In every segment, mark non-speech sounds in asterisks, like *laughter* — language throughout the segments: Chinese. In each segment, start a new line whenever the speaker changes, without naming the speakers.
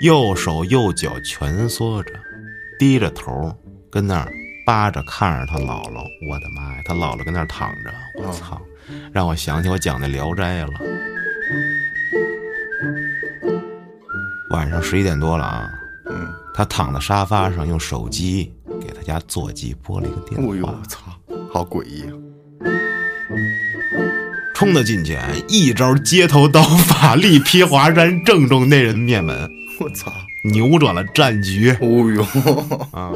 右手右脚蜷缩着，低着头跟那儿扒着看着他姥姥。我的妈呀，他姥姥跟那儿躺着，
嗯
我操！让我想起我讲的《聊斋》了。晚上十一点多了啊，
嗯，
他躺在沙发上，用手机给他家座机拨了一个电
哎呦，
话
我，操，好诡异啊！
冲了进去，一招街头刀法力劈华山，正中那人面门，
我操，
扭转了战局
哦呦， *laughs*
啊！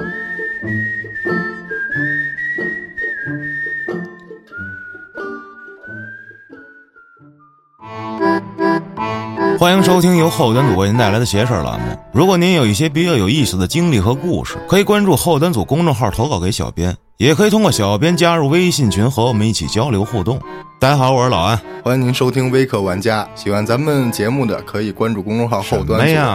欢迎收听由后端组为您带来的“邪事儿”栏目。如果您有一些比较有意思的经历和故事，可以关注后端组公众号投稿给小编，也可以通过小编加入微信群和我们一起交流互动。大家好，我是老安。
欢迎您收听微客玩家，喜欢咱们节目的可以关注公众号后端
什么
组
呀？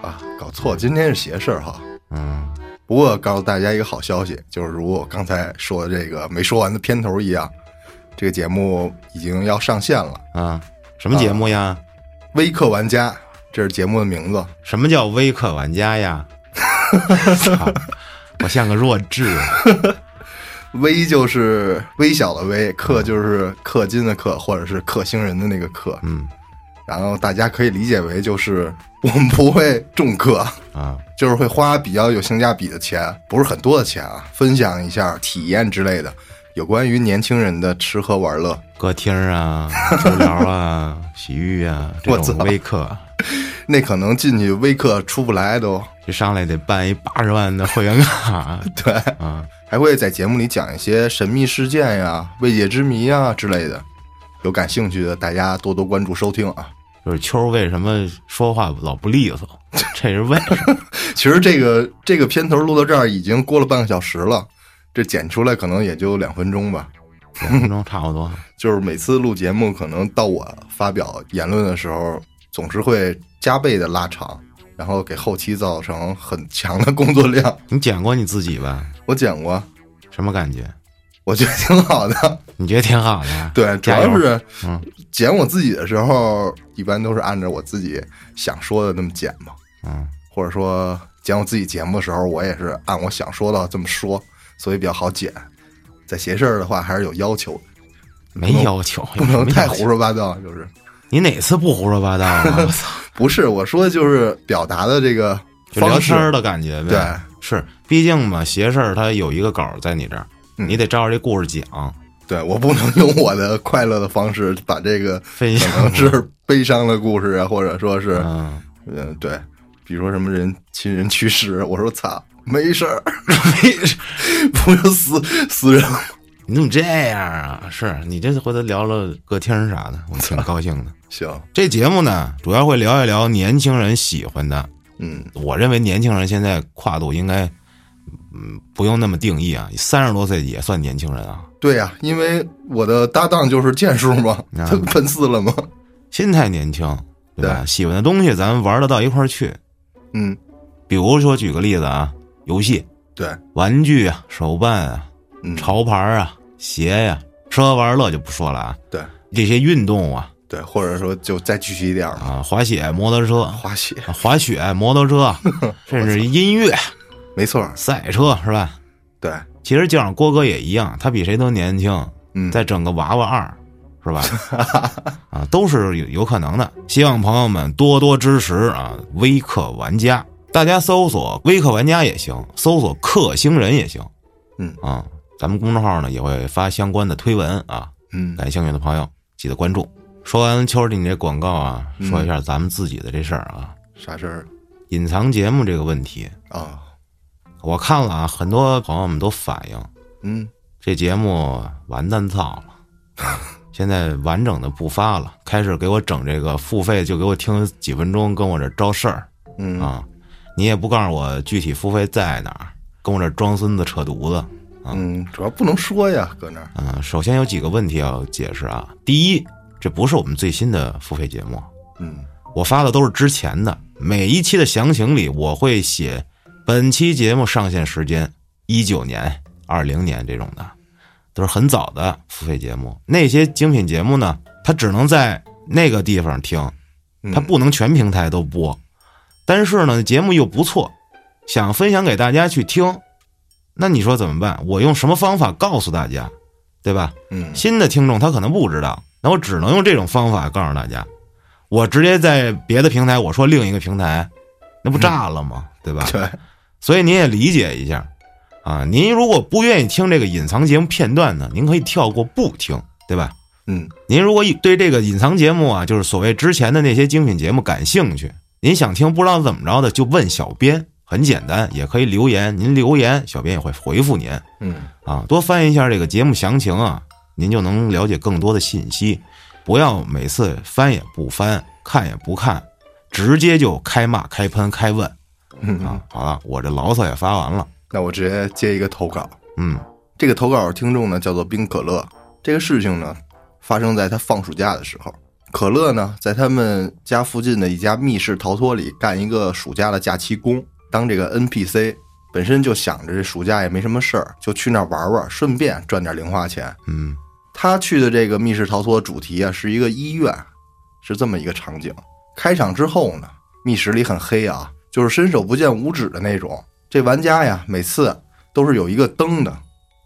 啊，搞错，今天是邪事儿哈。
嗯，
不过告诉大家一个好消息，就是如我刚才说的这个没说完的片头一样，这个节目已经要上线了。
啊，什么节目呀？
啊微客玩家，这是节目的名字。
什么叫微客玩家
*laughs*
呀？操我像个弱智。啊
微就是微小的微，氪就是氪金的氪，或者是氪星人的那个氪。
嗯
然后大家可以理解为就是我们不会重氪，
啊，
就是会花比较有性价比的钱，不是很多的钱啊，分享一下体验之类的，有关于年轻人的吃喝玩乐。
歌厅啊，足疗
*laughs*
啊，洗浴啊，这
我操
种微客，
那可能进去微课出不来都，
这上来得办一八十万的会员卡
对，
啊。
还会在节目里讲一些神秘事件呀、未解之谜呀之类的。有感兴趣的，大家多多关注收听啊。
就是秋儿为什么说话老不利索？这是为什么？
其实这个这个片头录到这儿已经过了半个小时了，这剪出来可能也就两分钟吧。
两分 *laughs* 钟差不多。
就是每次录节目，可能到我发表言论的时候，总是会加倍的拉长，然后给后期造成很强的工作量。
你讲过你自己吧？
我剪过，
什么感觉？
我觉得挺好的。
你觉得挺好的？啊
对，主
加油
要是
嗯
剪我自己的时候，一般都是按照我自己想说的那么剪嘛，
嗯，
或者说剪我自己节目的时候，我也是按我想说的这么说，所以比较好剪。在邪事儿的话，还是有要求的，
没要求，
不能太
有什么要
胡
求。
说八道，就是。
你哪次不胡说八道啊了？
*laughs*
我操！
不是，我说的就是表达的这个
*laughs* 就聊
方式
天儿的感觉呗。
对，
是，毕竟嘛，邪事儿它有一个稿儿在你这儿，
嗯
你得照着这故事讲，
对，我不能用我的快乐的方式把这个
分
可
享
能。是悲伤的故事啊，或者说是
嗯，
嗯，对，比如说什么人亲人去世，我说操，没事儿， *laughs* 没事儿，不是死死人了，
你怎么这样啊？是你这回头聊了歌厅儿啥的，我挺高兴
*laughs*
的。
行，
这节目呢，主要会聊一聊年轻人喜欢的。
嗯，
我认为年轻人现在跨度应该，嗯，不用那么定义啊，三十多岁也算年轻人啊。
对呀、因为我的搭档就是剑叔嘛，
啊
他奔四了嘛，
心态年轻，对吧？
对
喜欢的东西咱们玩得到一块儿去。
嗯，
比如说，举个例子啊，游戏、
对，
玩具啊、手办啊、
嗯，
潮牌啊、鞋呀、吃喝玩乐就不说了啊，
对
这些运动啊
对，或者说就再具体一点儿嘛，
啊，滑雪、摩托车、啊
滑雪，
滑雪、摩托车，啊甚至音乐、
没错儿，
赛车是吧？
对，
其实就像郭哥也一样，他比谁都年轻，
嗯，
再整个娃娃二，是吧？
*laughs*
啊，都是有有可能的。希望朋友们多多支持啊！微客玩家，大家搜索“微客玩家”也行，搜索“克星人”也行。
嗯
啊，咱们公众号呢也会发相关的推文啊，
嗯，
感兴趣的朋友记得关注。说完秋儿你这广告啊，
嗯
说一下咱们自己的这事儿啊，
啥事儿
隐藏节目这个问题，
啊？
我看了啊，很多朋友们都反映
嗯，
这节目完蛋操了，现在完整的不发了，开始给我整这个付费，就给我听几分钟，跟我这招事儿
嗯
啊，你也不告诉我具体付费在哪儿，跟我这装孙子扯犊子。
嗯，主要不能说呀，搁那儿。
嗯、首先有几个问题要解释啊，第一，这不是我们最新的付费节目，
嗯
我发的都是之前的，每一期的详情里我会写本期节目上线时间一九年、二零年这种的，都是很早的付费节目。那些精品节目呢，它只能在那个地方听，
嗯
它不能全平台都播，但是呢，节目又不错，想分享给大家去听，那你说怎么办？我用什么方法告诉大家，对吧？
嗯，
新的听众他可能不知道，那我只能用这种方法告诉大家。我直接在别的平台我说另一个平台，那不炸了吗？对吧？
对，
所以您也理解一下啊。您如果不愿意听这个隐藏节目片段呢，您可以跳过不听，对吧？
嗯
您如果对这个隐藏节目啊，就是所谓之前的那些精品节目感兴趣，您想听不知道怎么着的，就问小编，很简单，也可以留言，您留言，小编也会回复您
嗯，
啊。多翻一下这个节目详情啊，您就能了解更多的信息。不要每次翻也不翻，看也不看，直接就开骂、开喷、开问啊！好了，我这牢骚也发完了，
嗯那我直接接一个投稿。
嗯
这个投稿听众呢叫做冰可乐。这个事情呢发生在他放暑假的时候。可乐呢在他们家附近的一家密室逃脱里干一个暑假的假期工，当这个 NPC。本身就想着这暑假也没什么事儿，就去那儿玩玩，顺便赚点零花钱。
嗯
他去的这个密室逃脱主题啊，是一个医院，是这么一个场景。开场之后呢，密室里很黑啊，就是伸手不见五指的那种。这玩家呀，每次都是有一个灯的，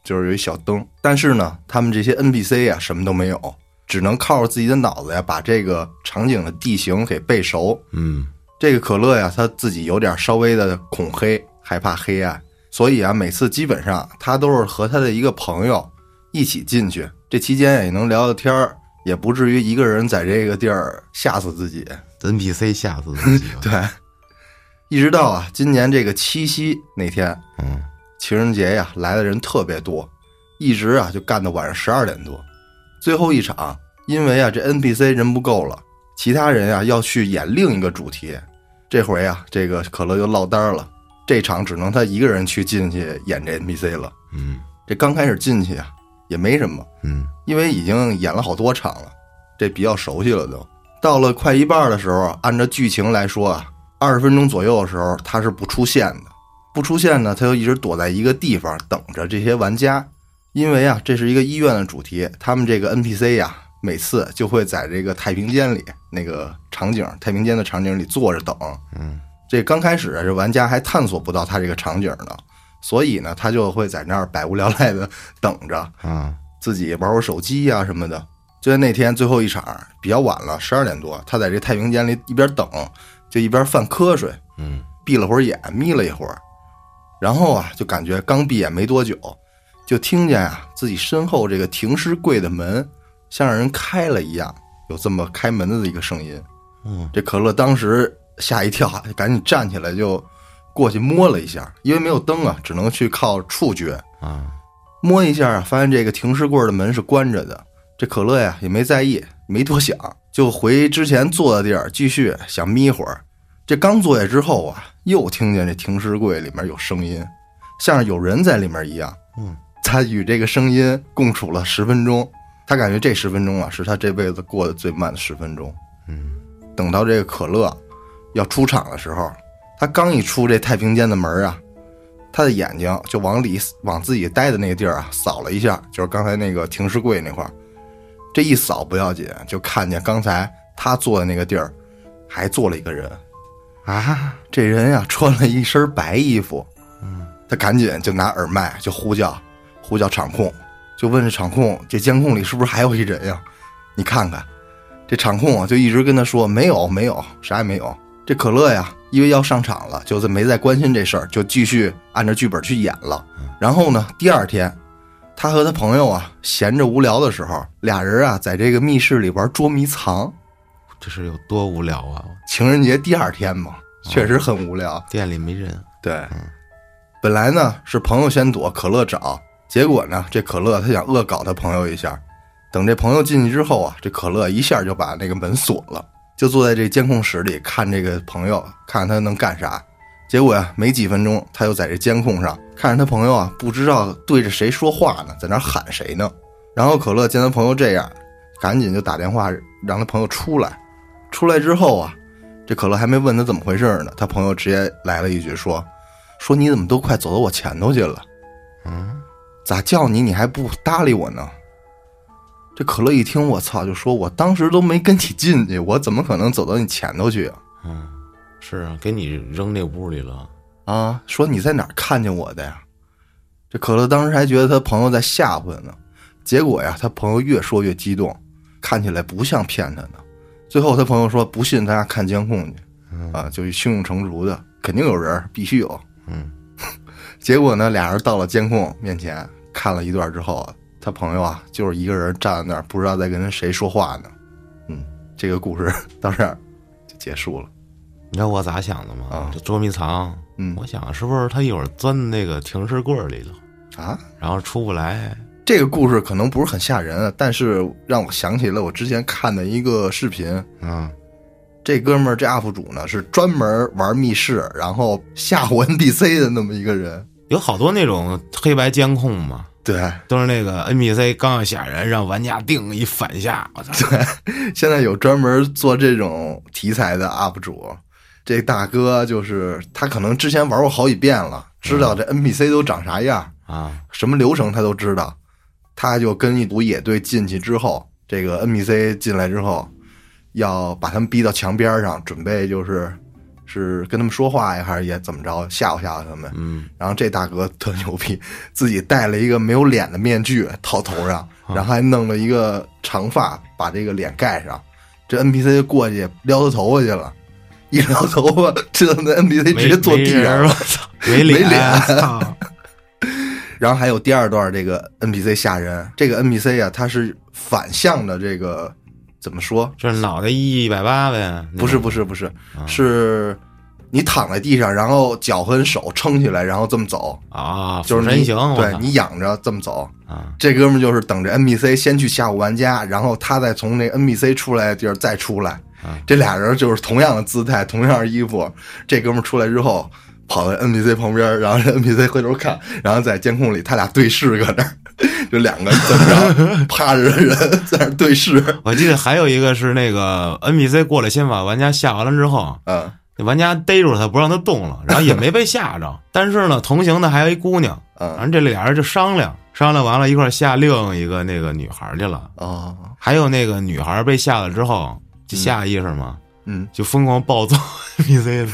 就是有一小灯。但是呢，他们这些 NPC 啊，什么都没有，只能靠着自己的脑子呀，把这个场景的地形给背熟，
嗯
这个可乐呀，他自己有点稍微的恐黑，害怕黑暗，所以啊，每次基本上他都是和他的一个朋友一起进去，这期间也能聊聊天儿，也不至于一个人在这个地儿吓死自己。
，NPC 吓死自
*laughs*
己
对，一直到啊，今年这个七夕那天，
嗯
情人节呀，来的人特别多，一直啊就干到晚上十二点多。最后一场，因为啊这 NPC 人不够了，其他人啊要去演另一个主题。这回啊，这个可乐就落单了，这场只能他一个人去进去演这 NPC 了。
嗯
这刚开始进去啊也没什么，
嗯
因为已经演了好多场了，这比较熟悉了都。到了快一半的时候，按照剧情来说啊，二十分钟左右的时候他是不出现的，不出现呢，他就一直躲在一个地方等着这些玩家，因为啊这是一个医院的主题，他们这个 NPC 呀、啊每次就会在这个太平间里那个场景，太平间的场景里坐着等。
嗯，
这刚开始啊这玩家还探索不到他这个场景呢，所以呢他就会在那儿百无聊赖的等着。
啊
自己玩玩手机呀、什么的。就在那天最后一场比较晚了，十二点多，他在这太平间里一边等，就一边犯瞌睡，
嗯
闭了会儿眼，眯了一会儿，然后啊，就感觉刚闭眼没多久，就听见啊自己身后这个停尸柜的门像让人开了一样，有这么开门的一个声音。
嗯，
这可乐当时吓一跳， *laughs* 赶紧站起来就过去摸了一下，因为没有灯啊，只能去靠触觉。
啊
摸一下啊，发现这个停尸柜的门是关着的。这可乐呀也没在意，没多想，就回之前坐的地儿继续想眯会儿。这刚坐下之后啊，又听见这停尸柜里面有声音，像是有人在里面一样。
嗯，
他与这个声音共处了十分钟，他感觉这十分钟啊是他这辈子过得最慢的十分钟。
嗯
等到这个可乐要出场的时候，他刚一出这太平间的门啊，他的眼睛就往里往自己待的那个地儿啊扫了一下，就是刚才那个停尸柜那块儿。这一扫不要紧，就看见刚才他坐的那个地儿还坐了一个人。
啊
这人呀、穿了一身白衣服，嗯，他赶紧就拿耳麦就呼叫，呼叫场控，就问这场控这监控里是不是还有一人呀？你看看，这场控啊就一直跟他说没有没有啥也没有。这可乐呀，因为要上场了，就是没再关心这事儿，就继续按照剧本去演了。然后呢，第二天，他和他朋友啊闲着无聊的时候，俩人啊在这个密室里玩捉迷藏。
这是有多无聊啊！
情人节第二天嘛，确实很无聊。
店里没人，
对，本来呢是朋友先躲，可乐找，结果呢这可乐他想恶搞他朋友一下，等这朋友进去之后啊，这可乐一下就把那个门锁了，就坐在这监控室里看这个朋友，看他能干啥。结果呀、没几分钟，他又在这监控上看着他朋友啊，不知道对着谁说话呢，在那儿喊谁呢。然后可乐见他朋友这样，赶紧就打电话让他朋友出来。出来之后啊，这可乐还没问他怎么回事呢，他朋友直接来了一句说：“ *laughs* 说你怎么都快走到我前头去了？
嗯
咋叫你你还不搭理我呢？”这可乐一听，我操，就说我当时都没跟你进去，我怎么可能走到你前头去啊？
嗯
是啊，给你扔那屋里了。
啊，说你在哪儿看见我的呀？这可乐当时还觉得他朋友在吓唬他呢，结果呀，他朋友越说越激动，看起来不像骗他的。最后他朋友说不信，咱俩看监控去，啊，就是胸有成竹的，肯定有人，必须有。
嗯，
*laughs* 结果呢，俩人到了监控面前看了一段之后啊，他朋友啊就是一个人站在那儿，不知道在跟谁说话呢。嗯，这个故事 *laughs* 到这儿就结束了。
你知道我咋想的吗？
啊
这捉迷藏，
嗯
我想是不是他一会儿钻那个停尸柜里头，
啊，
然后出不来？
这个故事可能不是很吓人啊，但是让我想起了我之前看的一个视频。
嗯，
这哥们儿这 UP 主呢是专门玩密室，然后吓唬 NPC 的那么一个人。
有好多那种黑白监控嘛，
对，
都是那个 NPC 刚要吓人，让玩家定一反吓，我操！
现在有专门做这种题材的 UP 主，这大哥就是他，可能之前玩过好几遍了，知道这 NPC 都长啥样，
啊，
什么流程他都知道。他就跟一组野队进去之后，这个 NPC 进来之后，要把他们逼到墙边上，准备就是是跟他们说话呀，还是也怎么着吓唬吓唬他们。
嗯，
然后这大哥特牛逼，自己戴了一个没有脸的面具套头上，然后还弄了一个长发把这个脸盖上。这 NPC 就过去撩他头发去了，一撩头发， *laughs* 这 NPC 直接坐地
没
上
人
了
了，。操，没脸，
*laughs* 没脸啊
*laughs*
操
然后还有第二段这个 NPC 吓人，这个 NPC 啊，他是反向的这个怎么说？
这脑袋一百八呗？
不是不
是，
是不是，
啊
是你躺在地上，然后脚和手撑起来，然后这么走，
啊，
就是
俯
你
身行，我
对
操
你仰着这么走。
啊，
这哥们儿就是等着 NPC 先去吓唬玩家，然后他再从那 NPC 出来的地儿再出来。
啊
这俩人就是同样的姿态，同样的衣服。这哥们儿出来之后，跑到 NPC 旁边，然后这 NPC 回头看，然后在监控里他俩对视，搁那儿就两个怎么着趴着的人在那儿对视。
我记得还有一个是那个 NPC 过来，先把玩家吓完了之后，
嗯，
那玩家逮住他不让他动了，然后也没被吓
*laughs*
着。但是呢，同行的还有一姑娘，
嗯
反正这俩人就商量，商量完了，一块儿吓另一个那个女孩去了。
哦，
还有那个女孩被吓了之后，就下意识嘛，
嗯，
就疯狂暴揍 *laughs* NPC，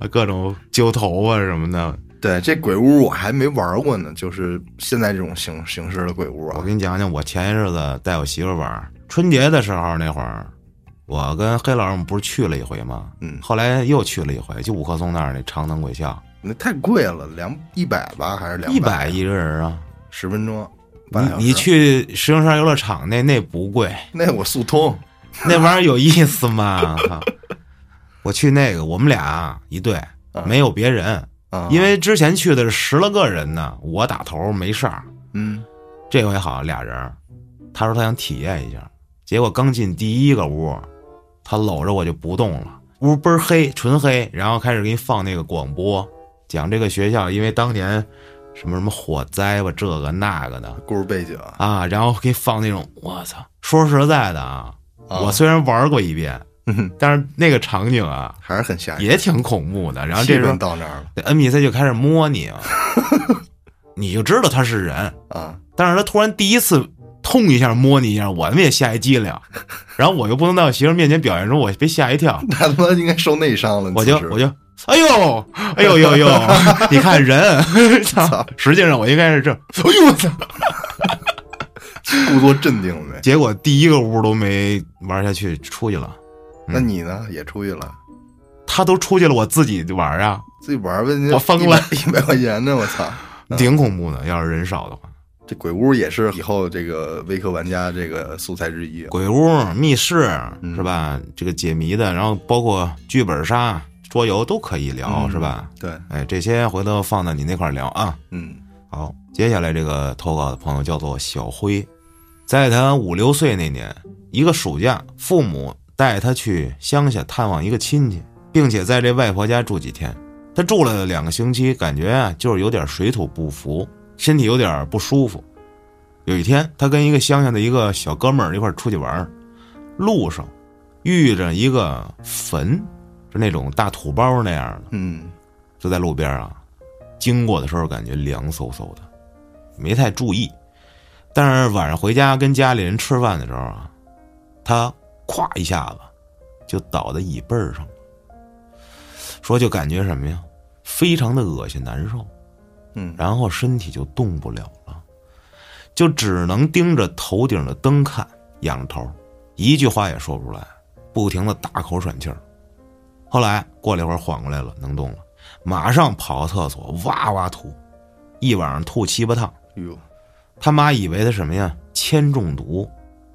的 *laughs* 各种揪头发什么的。
对，这鬼屋我还没玩过呢，就是现在这种形形式的鬼屋
我
啊。
给你讲讲，我前一阵子带我媳妇玩儿春节的时候那会儿，我跟黑老师我们不是去了一回吗？
嗯，
后来又去了一回，就五棵松那儿那长藤鬼校，
那太贵了，两一百吧还是两
一百一个人啊。
十分钟？半小时
你你去石景山游乐场那那不
*laughs*
贵，
那我速通，
那玩意儿有意思吗？操我去那个，我们俩一队，
啊
没有别人，
啊，
因为之前去的是十来个人呢，我打头没事儿，
嗯
这回好俩人儿。他说他想体验一下，结果刚进第一个屋，他搂着我就不动了，屋倍儿黑，纯黑，然后开始给你放那个广播，讲这个学校因为当年什么什么火灾吧，这个那个的，
故事背景，
啊，然后给放那种，我操！说实在的啊，
啊
我虽然玩过一遍，
嗯
但是那个场景啊
还是很吓人。
也挺恐怖的。然后这时
气
候
氛到那儿了
那 NPC 就开始摸你啊，你就知道他是人，
啊，
但是他突然第一次痛一下摸你一下，我他妈也吓一激灵，然后我又不能在我媳妇面前表现出我被吓一跳，
他他妈应该受内伤了。
我就
此时
我就哎呦哎呦 *laughs* 呦呦，你看人，操！实际上我应该是这，哎呦我操！
故作镇定了没？
结果第一个屋都没玩下去，出去了。嗯
那你呢？也出去了，
他都出去了，我自己玩啊，
自己玩呗。
我疯了
一百块钱呢，我操！
挺恐怖的。要是人少的话，
这鬼屋也是以后这个微课玩家这个素材之一。
鬼屋、密室
嗯
是吧？这个解谜的，然后包括剧本杀、桌游都可以聊，
嗯
是吧？
对，
哎，这些回头放到你那块儿聊啊。
嗯
好，接下来这个投稿的朋友叫做小辉，在他五六岁那年，一个暑假，父母带他去乡下探望一个亲戚，并且在这外婆家住几天。他住了两个星期，感觉啊就是有点水土不服，身体有点不舒服。有一天，他跟一个乡下的一个小哥们儿一块儿出去玩儿，路上遇着一个坟，是那种大土包那样的。
嗯，
就在路边啊，经过的时候感觉凉飕飕的，没太注意。但是晚上回家跟家里人吃饭的时候啊，他咵一下子就倒在椅背儿上了。说就感觉什么呀，非常的恶心难受，
嗯
然后身体就动不了了，就只能盯着头顶的灯看，仰着头，一句话也说不出来，不停的大口喘气儿。后来过了一会儿缓过来了，能动了，马上跑到厕所哇哇吐，一晚上吐七八趟。
哟，
他妈以为他什么呀？铅中毒，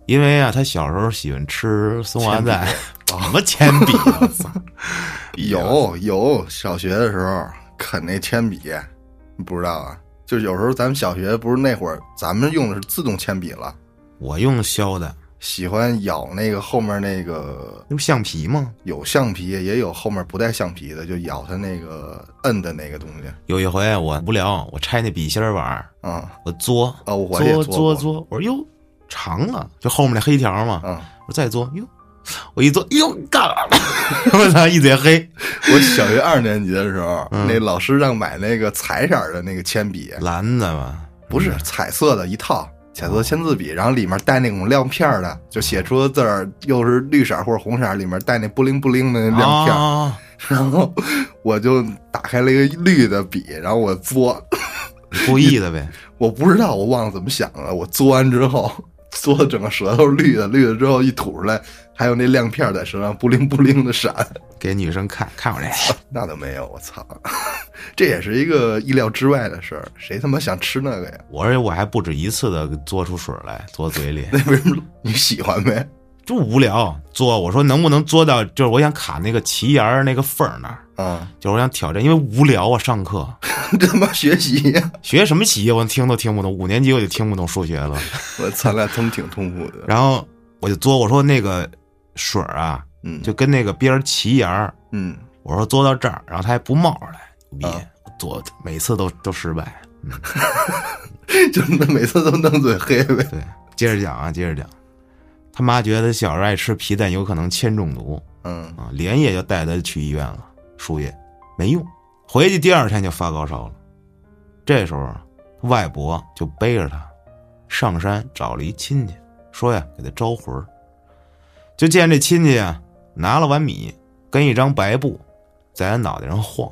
因为啊，他小时候喜欢吃松花蛋，什么铅笔啊？ *laughs* 我操
有有，小学的时候啃那铅笔，你不知道啊？就有时候咱们小学不是那会儿咱们用的是自动铅笔了，
我用削的，
喜欢咬那个后面那个
那不橡皮吗？
有橡皮，也有后面不带橡皮的，就咬它那个摁的那个东西
有一回啊我无聊，我拆那笔芯儿玩儿，
啊
我嘬
啊！我也
嘬嘬
做过，
嘬，我说哟长了，就后面那黑条嘛，
啊，
我再嘬哟，我一嘬哟干了， *laughs* 我操一嘴黑，
我小学二年级的时候，
嗯
那老师让买那个彩色儿的那个铅笔，
蓝的嘛，
不是彩色的一套彩色签字笔，然后里面带那种亮片儿的，就写出的字儿又是绿色儿或者红色儿，里面带那布灵布灵的那亮片儿。
啊，
*laughs* 然后我就打开了一个绿的笔，然后我嘬，
你故意的
*laughs*
呗，
我不知道我忘了怎么想了，我嘬完之后。 *laughs* 嘬的整个舌头绿的，绿了之后一吐出来，还有那亮片儿在身上布灵布灵的闪， *laughs*
给女生看看我这，
那倒没有，我操， *laughs* 这也是一个意料之外的事儿，谁他妈想吃那个呀？ *laughs*
我而且我还不止一次的嘬出水来，嘬嘴里。
那为什么你喜欢呗？
就无聊做，我说能不能做到？就是我想卡那个齐沿儿那个缝儿那儿，
啊、
就是我想挑战，因为无聊啊，上课
*laughs* 这他妈学习呀！
学什么棋我听都听不懂，五年级我就听不懂数学了。
*laughs* 我操，那他们挺痛苦的。
然后我就嘬，我说那个水儿啊，
嗯，
就跟那个边儿齐沿儿，
嗯，
我说嘬到这儿，然后它还不冒出来，牛逼
啊！
嘬每次都都失败。
*laughs* 就是那每次都弄嘴黑呗。
对，接着讲啊，接着讲。他妈觉得小时候爱吃皮蛋有可能铅中毒，
嗯，
啊，连夜就带他去医院了，输液没用，回去第二天就发高烧了。这时候啊，外婆就背着他上山找了一亲戚，说呀给他招魂儿。就见这亲戚啊拿了碗米跟一张白布在他脑袋上晃，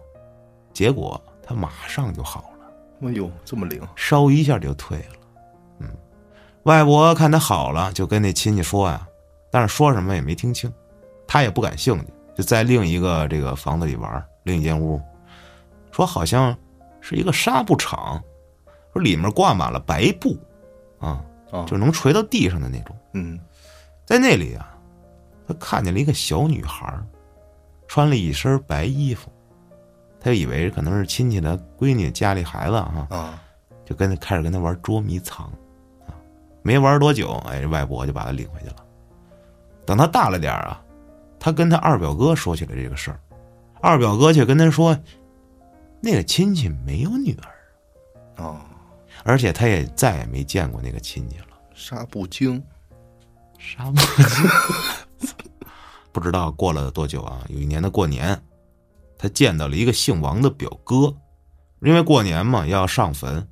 结果他马上就好了。
*laughs* 哎呦，这么灵，
烧一下就退了。嗯，外婆看他好了，就跟那亲戚说呀，但是说什么也没听清，他也不感兴趣，就在另一个这个房子里玩儿，另一间屋，说好像是一个纱布厂，说里面挂满了白布，啊，
啊
就能垂到地上的那种。
嗯，
在那里啊，他看见了一个小女孩儿，穿了一身白衣服，他以为可能是亲戚的闺女家里孩子啊，
啊，
就跟他开始跟他玩捉迷藏，啊，没玩多久，哎，这外婆就把他领回去了。等他大了点儿啊，他跟他二表哥说起了这个事儿，二表哥却跟他说，那个亲戚没有女儿，
哦，
而且他也再也没见过那个亲戚了。
纱布精，
沙漠， *laughs* 不知道过了多久啊？有一年的过年，他见到了一个姓王的表哥，因为过年嘛要上坟，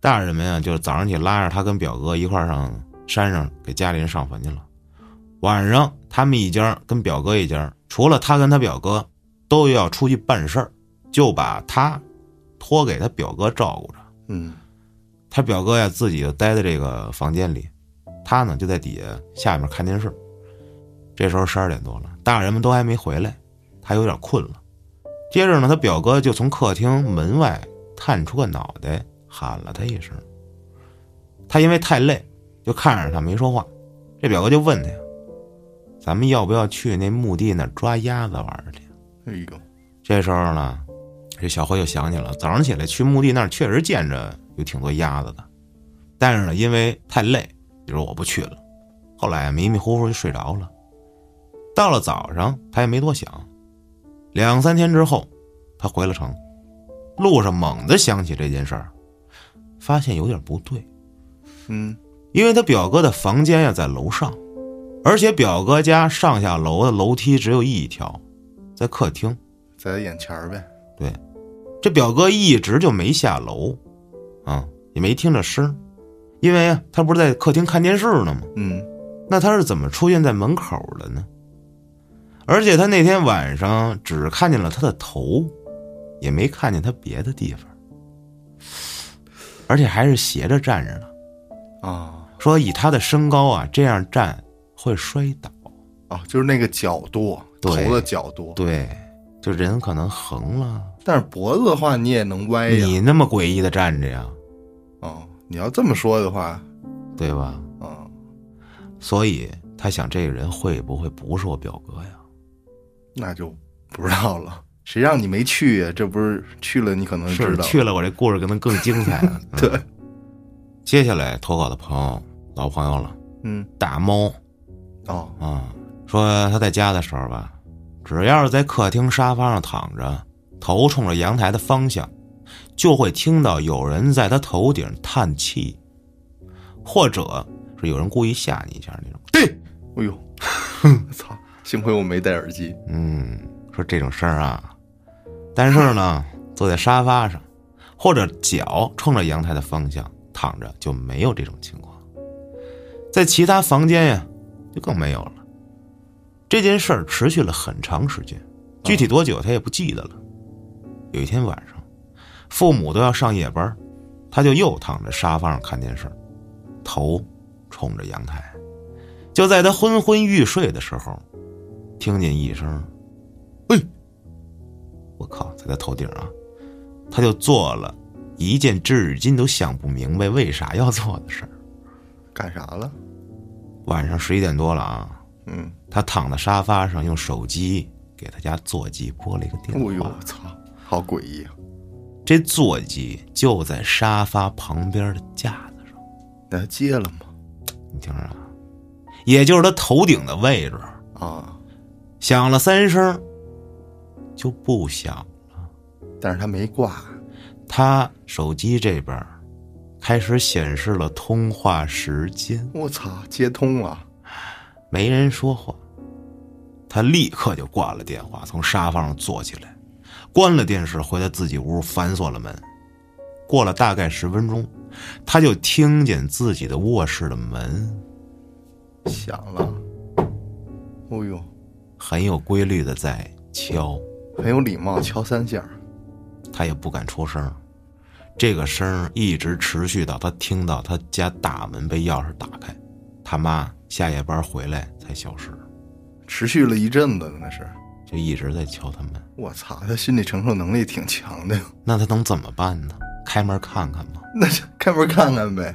大人们啊就是早上起拉着他跟表哥一块儿上山上给家里人上坟去了。晚上他们一家儿跟表哥一家儿，除了他跟他表哥，都要出去办事儿，就把他托给他表哥照顾着。
嗯，
他表哥呀自己就待在这个房间里，他呢就在底下下面看电视。这时候十二点多了，大人们都还没回来，他有点困了。接着呢，他表哥就从客厅门外探出个脑袋，喊了他一声。他因为太累，就看着他没说话。这表哥就问他呀：“咱们要不要去那墓地那儿抓鸭子玩儿去？”
哎呦，
这时候呢，这小辉就想起了早上起来去墓地那儿确实见着有挺多鸭子的，但是呢，因为太累，就说我不去了。后来迷迷糊糊就睡着了。到了早上，他也没多想。两三天之后，他回了城，路上猛地想起这件事儿，发现有点不对。
嗯，
因为他表哥的房间呀在楼上，而且表哥家上下楼的楼梯只有一条，在客厅。
在他眼前儿呗。
这表哥一直就没下楼，啊，也没听着声儿，因为啊他不是在客厅看电视呢吗？
嗯，
那他是怎么出现在门口的呢？而且他那天晚上只看见了他的头，也没看见他别的地方，而且还是斜着站着呢。
啊
说以他的身高啊，这样站会摔倒。
啊，就是那个角度，头
对
的角度，
对，就人可能横了。
但是脖子的话你也能歪哎呀。
你那么诡异的站着呀，
哦，你要这么说的话，
对吧？
嗯，
所以他想，这个人会不会不是我表哥呀？
那就不知道了。谁让你没去呀？这不是去了，你可能嗯知
是
道。
去了，我这故事可能更精
*laughs*
彩了。嗯
对，
接下来投稿的朋友，老朋友了，
嗯，
大猫
哦，
啊、说他在家的时候吧，只要是在客厅沙发上躺着，头冲着阳台的方向，就会听到有人在他头顶叹气，或者是有人故意吓你一下那种。
哎 *laughs* 呦，操！幸亏我没戴耳机。
嗯，说这种事儿啊，但是呢，坐在沙发上，或者脚冲着阳台的方向躺着，就没有这种情况。在其他房间呀，就更没有了。这件事儿持续了很长时间，具体多久他也不记得了。有一天晚上，父母都要上夜班，他就又躺在沙发上看电视，头冲着阳台。就在他昏昏欲睡的时候，听见一声“哎”，我靠，在他头顶啊，他就做了一件至今都想不明白为啥要做的事儿。
干啥了？
晚上十一点多了啊，
嗯，
他躺在沙发上用手机给他家座机拨了一个电
哎
话。
呦，我操，好诡异啊！
这座机就在沙发旁边的架子上，
那他接了吗？
你听着啊，也就是他头顶的位置，
啊，
响了三声，就不响了
但是他没挂。
他手机这边儿开始显示了通话时间，
我操，接通了。
没人说话。他立刻就挂了电话，从沙发上坐起来，关了电视，回到自己屋，反锁了门。过了大概十分钟，他就听见自己的卧室的门
响了。哦呦，
很有规律的在敲，
很有礼貌，敲三下儿。
他也不敢出声儿。这个声儿一直持续到他听到他家大门被钥匙打开，他妈下夜班回来才消失。
持续了一阵子，那是。
就一直在敲他门。
我操，他心理承受能力挺强的呀。 *laughs*
那他能怎么办呢？开门看看吗？
那就开门看看呗，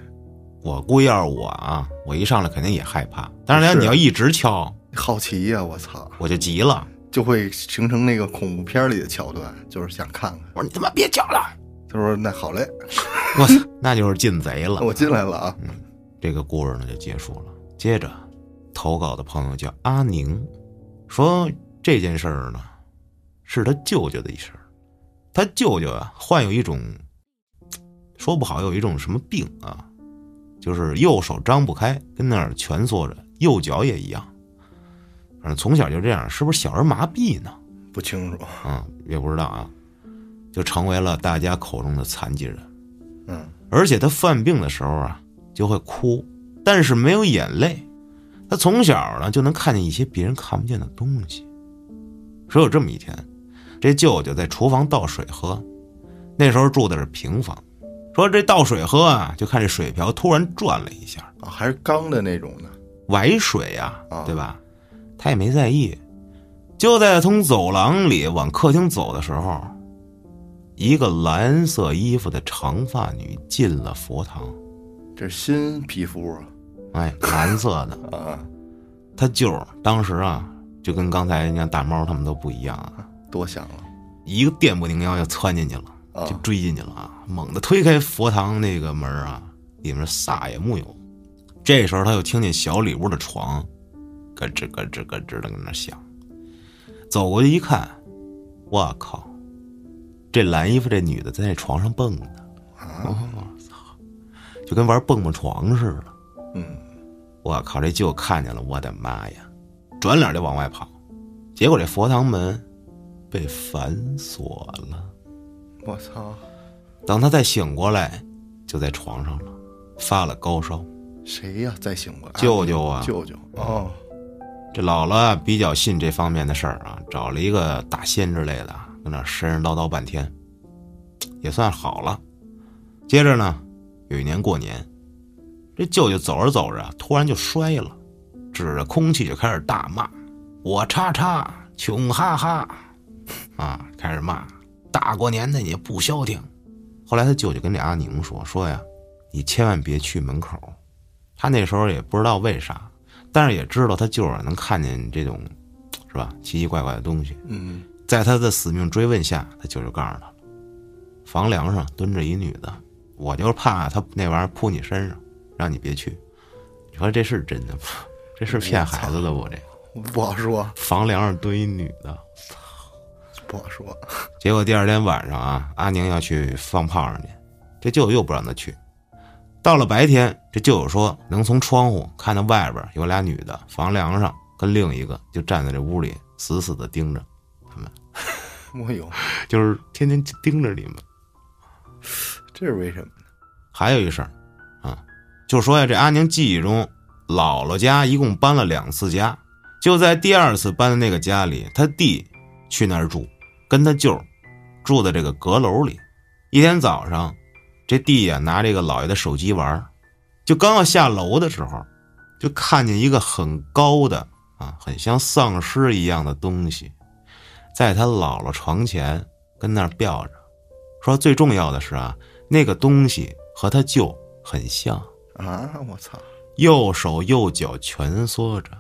我估计要是我啊，我一上来肯定也害怕。但是啊
是
你要一直敲，
好奇呀、我操，
我就急了。
就会形成那个恐怖片里的桥段，就是想看看。
我说你他妈别敲了！
他说：“那好嘞，
我操，那就是进贼了。
我进来了啊。
这个故事呢就结束了。接着，投稿的朋友叫阿宁，说这件事儿呢是他舅舅的一事儿。他舅舅啊患有一种，说不好有一种什么病啊，就是右手张不开，跟那儿蜷缩着，右脚也一样。反正从小就这样，是不是小儿麻痹呢？”
不清楚，
啊，也不知道啊，就成为了大家口中的残疾人。
嗯，
而且他犯病的时候啊，就会哭，但是没有眼泪。他从小呢就能看见一些别人看不见的东西。说有这么一天，这舅舅在厨房倒水喝，那时候住的是平房，说这倒水喝啊，就看这水瓢突然转了一下，
啊，还是钢的那种的，
崴水呀、
啊
对吧？他也没在意。就在从走廊里往客厅走的时候，一个蓝色衣服的长发女进了佛堂。
这是新皮肤啊
哎，蓝色的，
*laughs* 啊，
他舅儿当时啊，就跟刚才人家大猫他们都不一样啊，
多想了
一个电不灵腰就窜进去了，就
啊，
追进去了啊，猛地推开佛堂那个门啊，里面啥也木有。这时候他又听见小里屋的床咯吱咯吱咯吱的跟那响，走过去一看，我靠，这蓝衣服这女的在那床上蹦呢，
啊
我操，就跟玩蹦蹦床似的。
嗯，
我靠，这舅看见了，我的妈呀！转脸就往外跑，结果这佛堂门被反锁了。
我操，
等他再醒过来，就在床上了，发了高烧。
谁呀、再醒过来？
舅舅啊，
舅舅哦，
这姥姥比较信这方面的事儿啊，找了一个大仙之类的，跟那神神叨叨半天，也算好了。接着呢，有一年过年，这舅舅走着走着，啊突然就摔了，指着空气就开始大骂：“我叉叉，穷哈哈！”啊，开始骂，大过年的你不消停。后来他舅舅跟这阿宁说：“说呀，你千万别去门口。”他那时候也不知道为啥，但是也知道他舅儿能看见这种，是吧？奇奇怪怪的东西。
嗯，
在他的死命追问下，他舅舅告诉他了，房梁上蹲着一女的，我就是怕他那玩意儿扑你身上，让你别去。你说这是真的吗？这是骗孩子的不？这个
不好说，
房梁上蹲一女的，
不好说。 *laughs*
结果第二天晚上啊，阿宁要去放炮仗去，这舅舅又不让他去。到了白天，这舅舅说能从窗户看到外边有俩女的，房梁上跟另一个就站在这屋里死死的盯着，
没有，
就是天天盯着你们。
这是为什么？
还有一事儿，啊，就说呀，这阿宁记忆中，姥姥家一共搬了两次家，就在第二次搬的那个家里，他弟去那儿住，跟他舅住在这个阁楼里。一天早上，这弟呀拿这个姥爷的手机玩儿，就刚要下楼的时候，就看见一个很高的啊，很像丧尸一样的东西，在他姥姥床前跟那儿吊着。说最重要的是啊，那个东西和他舅很像，
啊！我操！
右手右脚蜷缩着，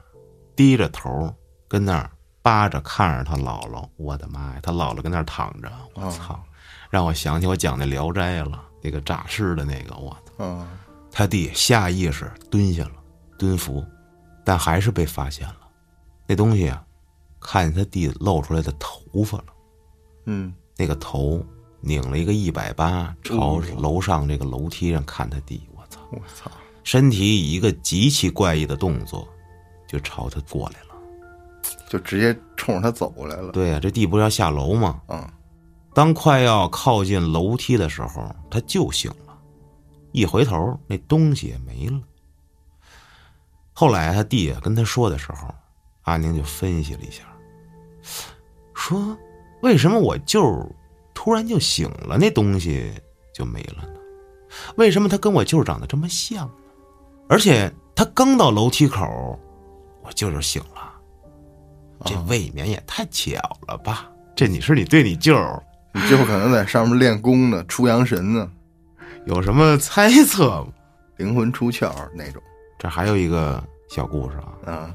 低着头跟那儿扒着看着他姥姥。我的妈呀，他姥姥跟那儿躺着，我操！让我想起我讲的《聊斋》了，那个诈尸的那个，我操！
啊，
他弟下意识蹲下了，蹲伏，但还是被发现了。那东西啊，看见他弟露出来的头发了。
嗯，
那个头拧了一个一百八，朝楼上这个楼梯上看他弟，我操！
我操！
身体以一个极其怪异的动作，就朝他过来了。
就直接冲着他走过来了。
对呀、啊这弟不是要下楼吗？
啊，
当快要靠近楼梯的时候，他就醒了，一回头，那东西也没了。后来他弟啊跟他说的时候，阿宁就分析了一下，说为什么我舅突然就醒了，那东西就没了呢？为什么他跟我舅长得这么像呢？而且他刚到楼梯口，我舅舅醒了，这未免也太巧了吧？这你是你对你舅儿
你舅可能在上面练功呢，出阳神呢，
有什么猜测吗？
灵魂出窍那种。
这还有一个小故事啊，
啊，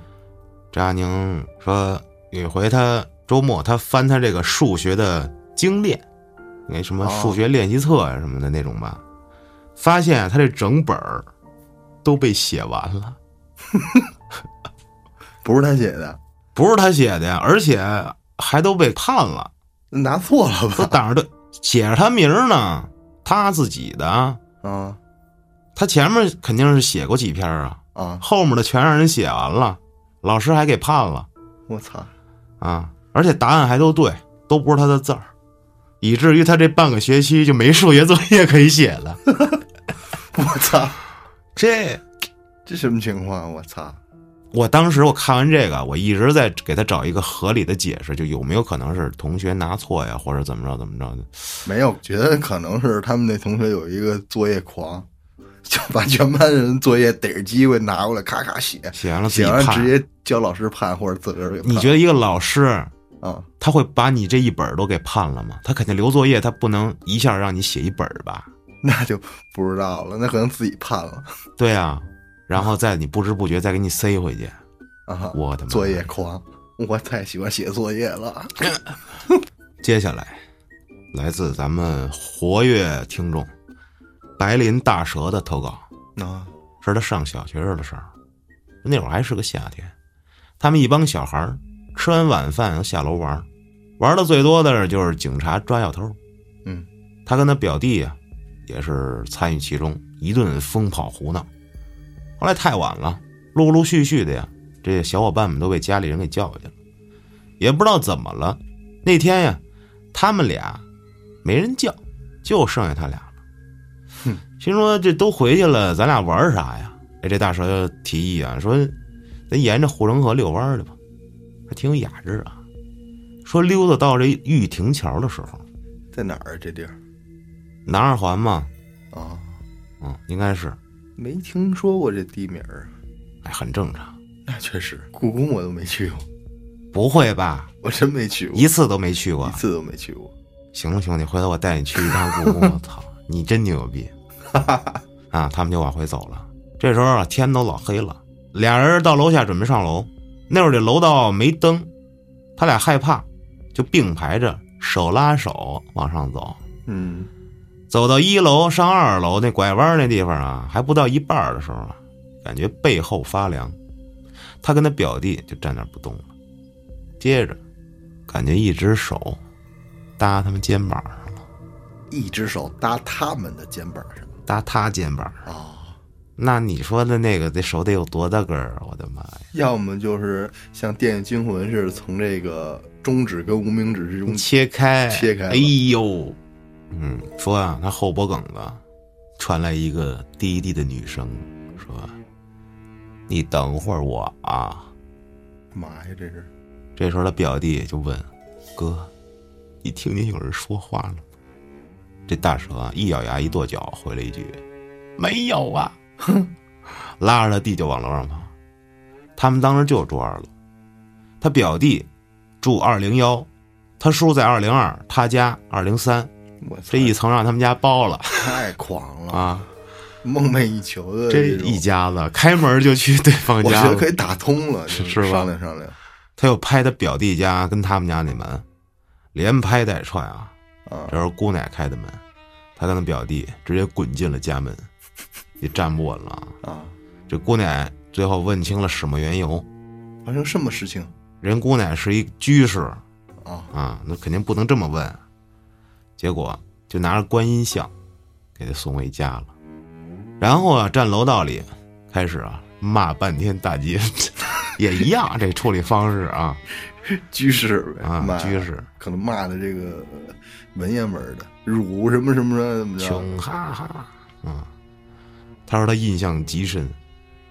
这阿宁说有一回他周末他翻他这个数学的精炼，那什么
哦
数学练习册啊什么的那种吧，发现他这整本儿都被写完了，
不是他写的，
不是他写的呀，而且还都被判了，
拿错了吧？
都挡着他写着他名儿呢，他自己的啊，
啊
他前面肯定是写过几篇啊，
啊！
后面的全让人写完了，老师还给判了。
我操！
啊，而且答案还都对，都不是他的字儿，以至于他这半个学期就没数学作业可以写了。
我操！
这
这什么情况？啊我操！
我当时我看完这个，我一直在给他找一个合理的解释，就有没有可能是同学拿错呀，或者怎么着怎么着的。
没有，觉得可能是他们那同学有一个作业狂， *laughs* 就把全班人作业逮着机会拿过来咔咔写，
写完了自
写
己
完
判
直。接教老师判或者自个儿给判。
你觉得一个老师
得啊？
他会把你这一本儿都给判了吗？他肯定留作业，他不能一下让你写一本儿吧？
那就不知道了，那可能自己判了
对啊，然后在你不知不觉再给你塞回去，
啊！
我的妈！
作业狂，我太喜欢写作业了。
接下来，来自咱们活跃听众白林大蛇的投稿，
啊，
是他上小学时的事儿。那会儿还是个夏天，他们一帮小孩儿吃完晚饭要下楼玩儿，玩的最多的就是警察抓小偷。
嗯，
他跟他表弟呀、也是参与其中，一顿疯跑胡闹。后来太晚了，陆陆续续的呀，这些小伙伴们都被家里人给叫去了，也不知道怎么了。那天呀，他们俩没人叫，就剩下他俩了。
哼
心说这都回去了，咱俩玩啥呀？哎，这大蛇就提议啊，说咱沿着护城河遛弯儿去吧，还挺有雅致啊。说溜达到这玉亭桥的时候，
在哪儿啊？这地儿
南二环嘛，
啊，
嗯，应该是，
没听说过这地名儿，
哎，很正常，
那确实，故宫我都没去过， *laughs*
不会吧？
我真没去过，
一次都没去过
一。次都没去过。
行了，兄弟，回头我带你去一趟故宫。我操，你真牛逼！ *laughs* 啊，他们就往回走了。这时候啊，天都老黑了，俩人到楼下准备上楼。那会儿这楼道没灯，他俩害怕，就并排着手拉手往上走。
嗯，
走到一楼上二楼那拐弯那地方啊，还不到一半儿的时候啊，感觉背后发凉。他跟他表弟就站那儿不动了，接着感觉一只手搭他们肩膀上，
一只手搭他们的肩膀上
搭他肩膀上。
啊，
那你说的那个得手得有多大根儿啊？我的妈呀！
要么就是像《电锯惊魂》似的，从这个中指跟无名指之中
切开，
嗯切开了
哎呦，嗯，说啊，他后脖梗子传来一个低低的女声，说：“你等会儿我啊。”
嘛呀？这是
这时候他表弟就问：“哥，你听见有人说话了吗？”这大蛇啊一咬牙一跺脚，回了一句：“没有啊！”哼， *laughs* 拉着他弟就往楼上爬。他们当时就住二楼，他表弟住二零幺，他叔在二零二，他家二零三，
我操
这一层让他们家包了
太狂
*laughs*
了，
啊！
梦寐以求的
这
种
一家子开门就去对方
哎我觉
家
得
了
可。以打通了，
是
就是
吧
商量商量
他又拍他表弟家跟他们家那门，连拍带踹啊！
啊
这时候姑奶开的门，他跟他表弟直接滚进了家门，也站不稳了啊。
啊！
这姑奶最后问清了始末缘由，
发生什么事情
人姑奶是一居士
啊？
啊，那肯定不能这么问。结果就拿着观音像，给他送回家了。然后啊，站楼道里开始啊骂半天大街， *laughs* 也一样这处理方式啊
居士呗，
啊
骂
居士。
可能骂的这个呃文言文的辱什么什么的怎么着？
穷哈哈，嗯，他说他印象极深，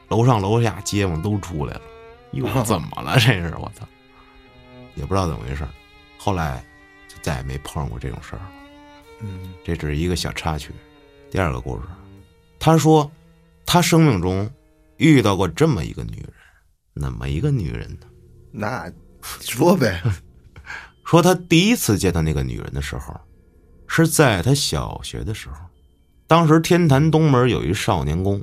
楼上楼下街坊都出来了， *laughs* 哟，怎么了？这是我操，也不知道怎么回事儿。后来就再也没碰上过这种事儿了。
嗯
这只是一个小插曲。第二个故事，他说他生命中遇到过这么一个女人，怎么一个女人呢？
那
*laughs*
说呗，
说他第一次见到那个女人的时候，是在他小学的时候。当时天坛东门有一少年宫，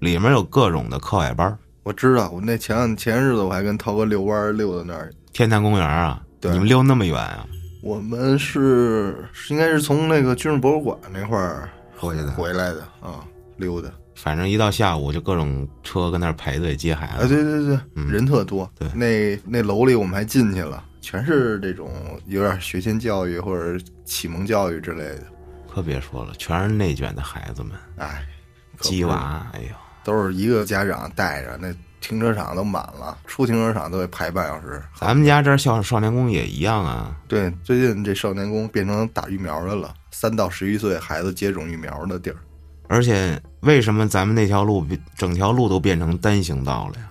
里面有各种的课外班。
我知道，我那前两前日子我还跟涛哥遛弯儿溜到那儿，
天坛公园啊，
对
你们溜那么远啊？
我们是是应该是从那个军事博物馆那块儿
回去的
*laughs* 回来的啊，溜达。
反正一到下午就各种车跟那儿排队接孩
啊，
子。
对对对，人特多。
对
那那楼里我们还进去了，全是这种有点学前教育或者启蒙教育之类的。
可别说了，全是内卷的孩子们，
哎，可不
鸡娃，哎呦，
都是一个家长带着，那停车场都满了，出停车场都得排半小时。
咱们家这儿校少年宫也一样啊。
对，最近这少年宫变成打疫苗的了，三到十一岁孩子接种疫苗的地儿。
而且为什么咱们那条路整条路都变成单行道了呀？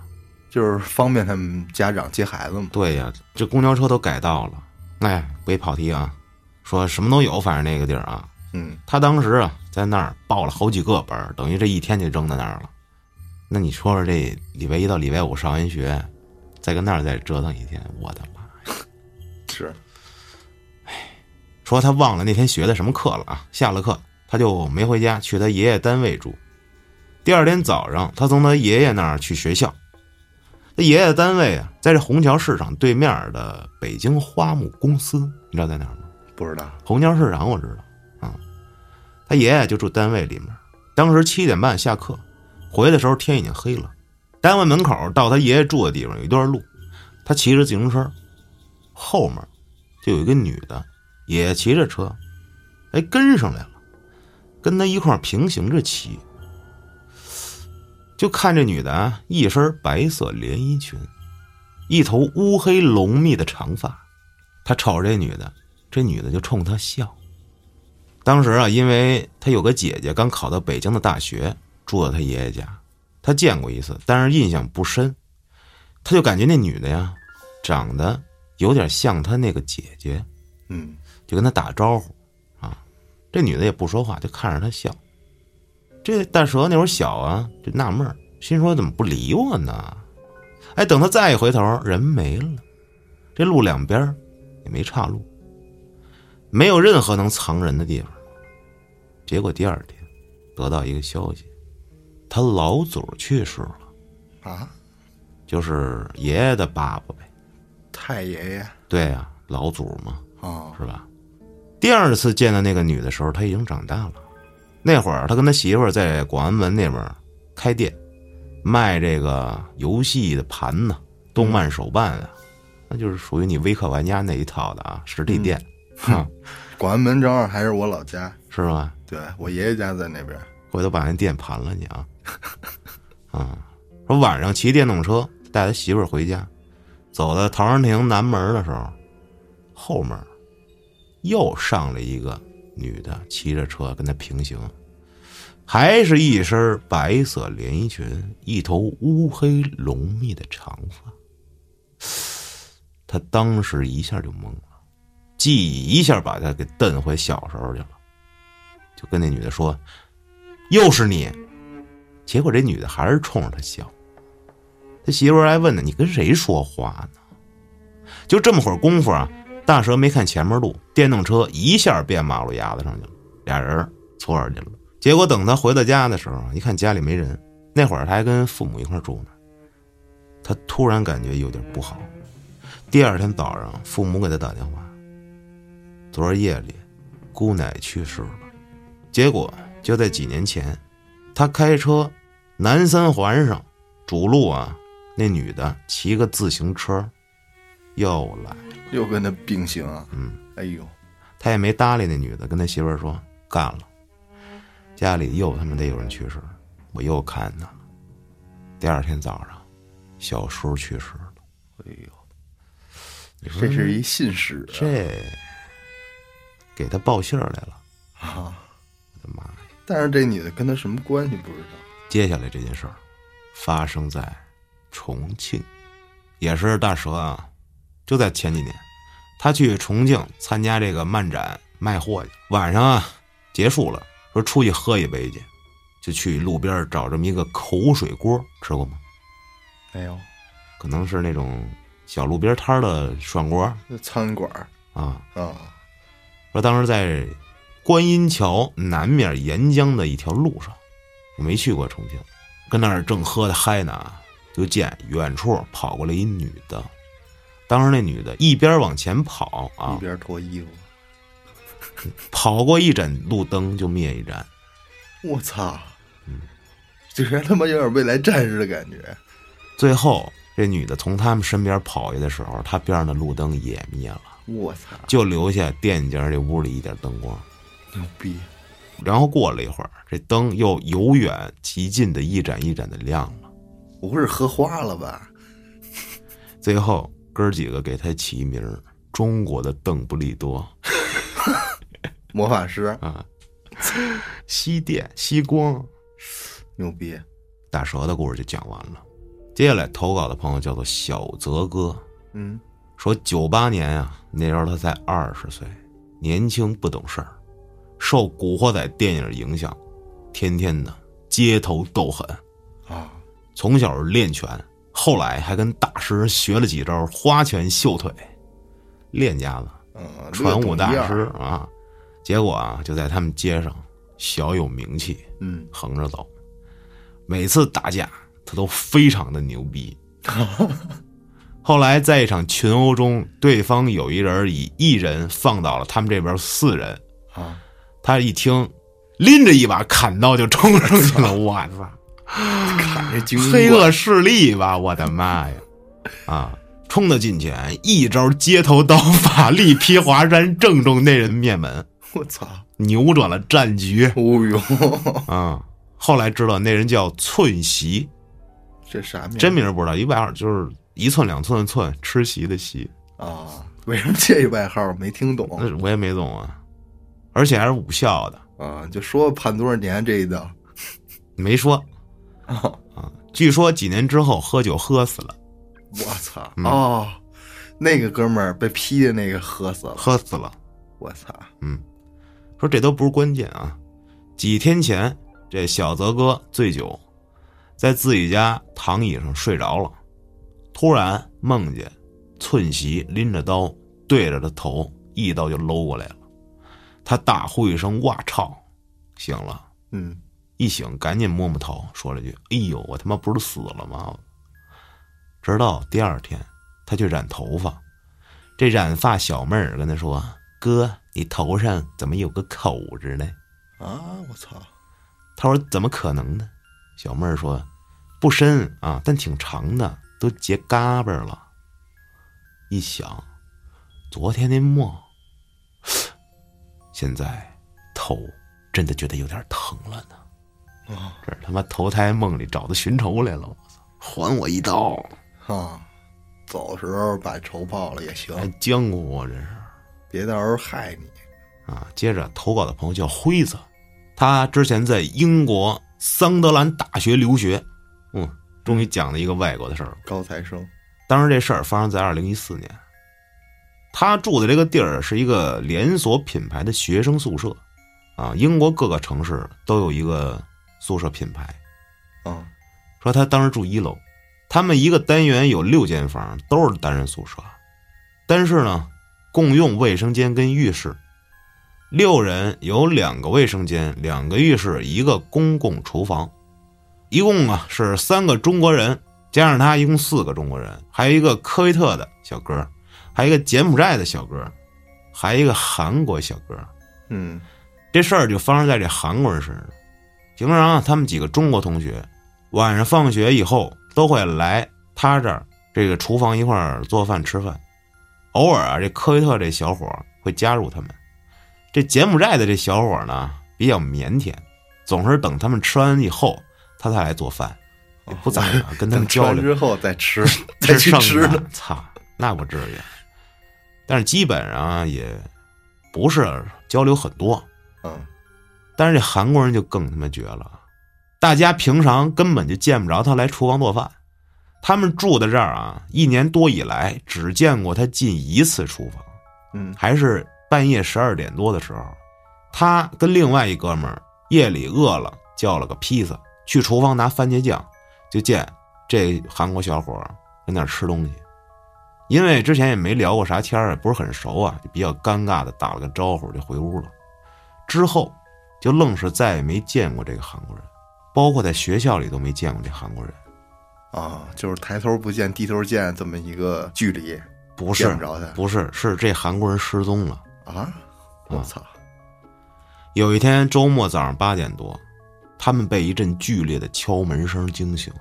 就是方便他们家长接孩子嘛，
对呀、这公交车都改道了。哎，别跑题啊，说什么都有，反正那个地儿啊，
嗯，
他当时啊在那儿报了好几个班儿，等于这一天就扔在那儿了。那你说说这礼拜一到礼拜五上完学，再跟那儿再折腾一天，我的妈！
是
说他忘了那天学的什么课了啊，下了课他就没回家，去他爷爷单位住。第二天早上，他从他爷爷那儿去学校。他爷爷单位啊，在这虹桥市场对面的北京花木公司，你知道在哪儿吗？
不知道
虹桥市场我知道，啊、他爷爷就住单位里面。当时七点半下课，回来的时候天已经黑了。单位门口到他爷爷住的地方有一段路，他骑着自行车，后面就有一个女的，也骑着车，哎，跟上来了，跟他一块儿平行着骑。就看这女的啊，一身白色连衣裙，一头乌黑浓密的长发，他瞅着这女的，这女的就冲他笑。当时啊，因为他有个姐姐刚考到北京的大学，住在他爷爷家，他见过一次，但是印象不深。他就感觉那女的呀，长得有点像他那个姐姐，
嗯，
就跟他打招呼啊。这女的也不说话，就看着他笑。这大蛇那会儿小啊，就纳闷儿，心说怎么不理我呢？哎，等他再一回头，人没了，这路两边儿也没岔路，没有任何能藏人的地方。结果第二天得到一个消息，他老祖儿去世了，
啊，
就是爷爷的爸爸呗。
太爷爷
对呀、老祖儿嘛，
哦，
是吧？第二次见到那个女的时候，她已经长大了。那会儿他跟他媳妇儿在广安门那边儿开店，卖这个游戏的盘呐、动漫手办啊，那就是属于你微客玩家那一套的啊，实体店，哈，
广安门正好还是我老家，
是吧？
对我爷爷家在那边，
回头把那店盘了你啊， *laughs* 啊，说晚上骑电动车带他媳妇儿回家，走到陶然亭南门的时候，后面又上来一个女的，骑着车跟他平行，还是一身白色连衣裙，一头乌黑浓密的长发。他当时一下就懵了，记忆一下把他给蹬回小时候去了，就跟那女的说：“又是你。”结果这女的还是冲着他笑。他媳妇儿还问呢：“你跟谁说话呢？”就这么会儿功夫啊，大蛇没看前面路，电动车一下变马路牙子上去了，俩人搓耳去了。结果等他回到家的时候，一看家里没人，那会儿他还跟父母一块儿住呢。他突然感觉有点不好。第二天早上，父母给他打电话，昨儿夜里，姑奶去世了。结果就在几年前，他开车南三环上主路啊，那女的骑个自行车又来，
又跟他并行啊，嗯，哎呦，
他也没搭理那女的，跟他媳妇儿说干了，家里又他妈得有人去世，我又看他了。第二天早上，小叔去世了。
哎呦，这是一信使啊
这给他报信儿来了，
啊，
我的妈呀！
但是这女的跟他什么关系不知道，
接下来这件事儿发生在重庆，也是大蛇啊，就在前几年，他去重庆参加这个漫展卖货去，晚上啊结束了，说出去喝一杯去，就去路边儿找这么一个口水锅，吃过吗？
没有，
可能是那种小路边摊儿的涮锅
那餐馆儿
啊。
啊，
说当时在观音桥南面沿江的一条路上，我没去过重庆，跟那儿正喝的嗨呢，就见远处跑过来一女的。当时那女的一边往前跑啊
一，边脱衣服，
跑过一盏路灯就灭一盏，
我操，嗯这人他妈有点未来战士的感觉，
最后这女的从他们身边跑下的时候，她边上的路灯也灭了，
我操，
就留下店家这屋里一点灯光。
牛逼，
然后过了一会儿，这灯又由远及近的一盏一盏的亮了。
我不是喝花了吧？
最后哥儿几个给他起名儿中国的邓布利多”
魔法师
啊，西电、西光。
牛逼，
大蛇的故事就讲完了。接下来投稿的朋友叫做小泽哥，
嗯，
说九八年啊，那时候他才二十岁，年轻不懂事儿，受《古惑仔》电影影响，天天的街头斗狠，
啊，
从小练拳，后来还跟大师学了几招花拳绣腿，练家子。
嗯，
传
略
武
懂
大
一二
师，啊，结果啊就在他们街上小有名气，
嗯，
横着走。每次打架他都非常的牛
*laughs*
逼。后来在一场群殴中，对方有一人以一人放倒了他们这边四人，
啊，
他一听，拎着一把砍刀就冲上去
*laughs*
了，我操！
看这精
黑
怪
恶势力吧，我的妈呀！啊，冲到近前，一招街头刀法力劈华山，正中那人面门，
我操！
扭转了战局
哦 *laughs* 呦，
啊！后来知道那人叫寸席，
这啥名儿？
真名儿不知道，一外号就是一寸两寸的寸，吃席的席，
啊？为什么这外号没听懂
那我也没懂啊，而且还是武校的，
啊？就说判多少年这一道
没说
啊？
啊。据说几年之后喝酒喝死了，
我操！哦，那个哥们儿被劈的那个喝死了，
喝死了。
我操！
说这都不是关键啊。几天前，这小泽哥醉酒，在自己家躺椅上睡着了，突然梦见寸喜拎着刀对着他头一刀就搂过来了。他大呼一声“哇操”，醒了。
嗯，
一醒赶紧摸摸头，说了句：“哎呦，我他妈不是死了吗？”直到第二天，他去染头发，这染发小妹儿跟他说：“哥，你头上怎么有个口子呢
啊，我操！？”
他说：“怎么可能呢？”小妹儿说：“不深啊，但挺长的，都结嘎巴了。”一想，昨天那梦，现在头真的觉得有点疼了呢。
啊
这是他妈投胎梦里找他寻仇来了，我操！还我一刀！
啊，走时候把仇报了也行，
还江湖啊，这是
别到时候害你。
啊！接着投稿的朋友叫辉子，他之前在英国桑德兰大学留学，嗯，终于讲了一个外国的事儿了。
高材生，
当时这事儿发生在二零一四年，他住的这个地儿是一个连锁品牌的学生宿舍，啊，英国各个城市都有一个宿舍品牌，
嗯，
说他当时住一楼，他们一个单元有六间房，都是单人宿舍，但是呢，共用卫生间跟浴室，六人有两个卫生间、两个浴室、一个公共厨房，一共啊是三个中国人，加上他一共四个中国人，还有一个科威特的小哥，还有一个柬埔寨的小哥，还有一个韩国小哥，
嗯，
这事儿就发生在这韩国人身上。平常啊，他们几个中国同学晚上放学以后都会来他这儿这个厨房一块儿做饭吃饭。偶尔啊，这科威特这小伙儿会加入他们。这柬埔寨的这小伙儿呢比较腼腆，总是等他们吃完以后他才来做饭，也不咋样跟他们
等吃
交
完 *laughs*
流。
之后再吃，再
吃
去
剩
吃
的
呢。，
操，那不至于。但是基本上啊也不是交流很多，
嗯，
但是这韩国人就更他妈绝了，大家平常根本就见不着他来厨房做饭，他们住在这儿啊，一年多以来只见过他进一次厨房，
嗯，
还是半夜十二点多的时候，他跟另外一哥们儿夜里饿了叫了个披萨，去厨房拿番茄酱，就见这韩国小伙儿跟那儿吃东西，因为之前也没聊过啥天儿，不是很熟啊，就比较尴尬的打了个招呼就回屋了。之后就愣是再也没见过这个韩国人，包括在学校里都没见过这韩国人。
啊，就是抬头不见低头见这么一个距离，
不
见
是
不，着他
不是，是这韩国人失踪了。
啊！我操！
有一天周末早上八点多，他们被一阵剧烈的敲门声惊醒。